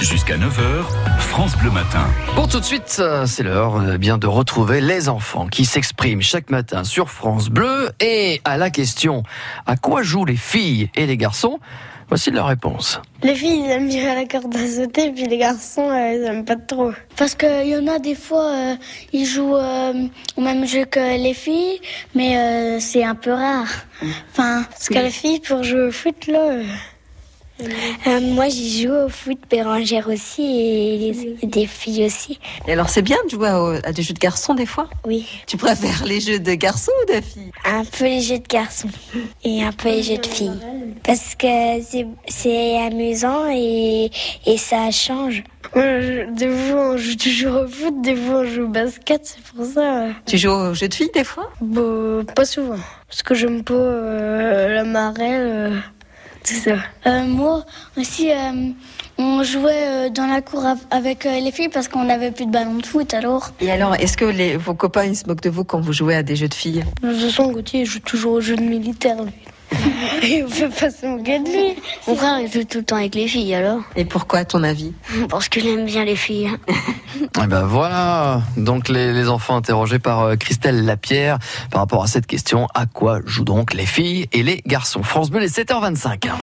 Jusqu'à 9h, France Bleu Matin. Bon, tout de suite, euh, c'est l'heure euh, bien de retrouver les enfants qui s'expriment chaque matin sur France Bleu. Et à la question à quoi jouent les filles et les garçons Voici leur réponse. Les filles, ils aiment bien la corde à sauter, puis les garçons, euh, ils aiment pas trop. Parce qu'il y en a des fois, euh, ils jouent euh, au même jeu que les filles, mais euh, c'est un peu rare. Enfin, Parce que les filles, pour jouer au foot, là... euh, Euh, moi, j'y joue au foot, Bérangère aussi, et des filles aussi. Et alors, c'est bien de jouer à, à des jeux de garçons des fois Oui, Tu préfères les jeux de garçons ou de filles un peu les jeux de garçons et un peu les jeux de filles. Parce que c'est- c'est amusant et, et ça change. moi, je- des fois, on joue toujours au foot, des fois, on joue au basket, c'est pour ça... euh, Tu joues aux jeux de filles des fois Bah, pas souvent. Parce que j'aime pas euh, la marelle, euh, tout ça. Euh, moi aussi, euh, on jouait euh, dans la cour av- avec euh, les filles parce qu'on n'avait plus de ballon de foot alors. Et alors, est-ce que les, vos copains ils se moquent de vous quand vous jouez à des jeux de filles De toute façon, Gauthier, il joue toujours au jeu de militaire, lui. Et on peut pas se moquer de lui. Mon frère il joue tout le temps avec les filles alors. Et pourquoi, à ton avis Parce qu'il aime bien les filles. Et ben voilà, donc les, les enfants interrogés par euh, Christelle Lapierre par rapport à cette question à quoi jouent donc les filles et les garçons France Bleu, les 7h25.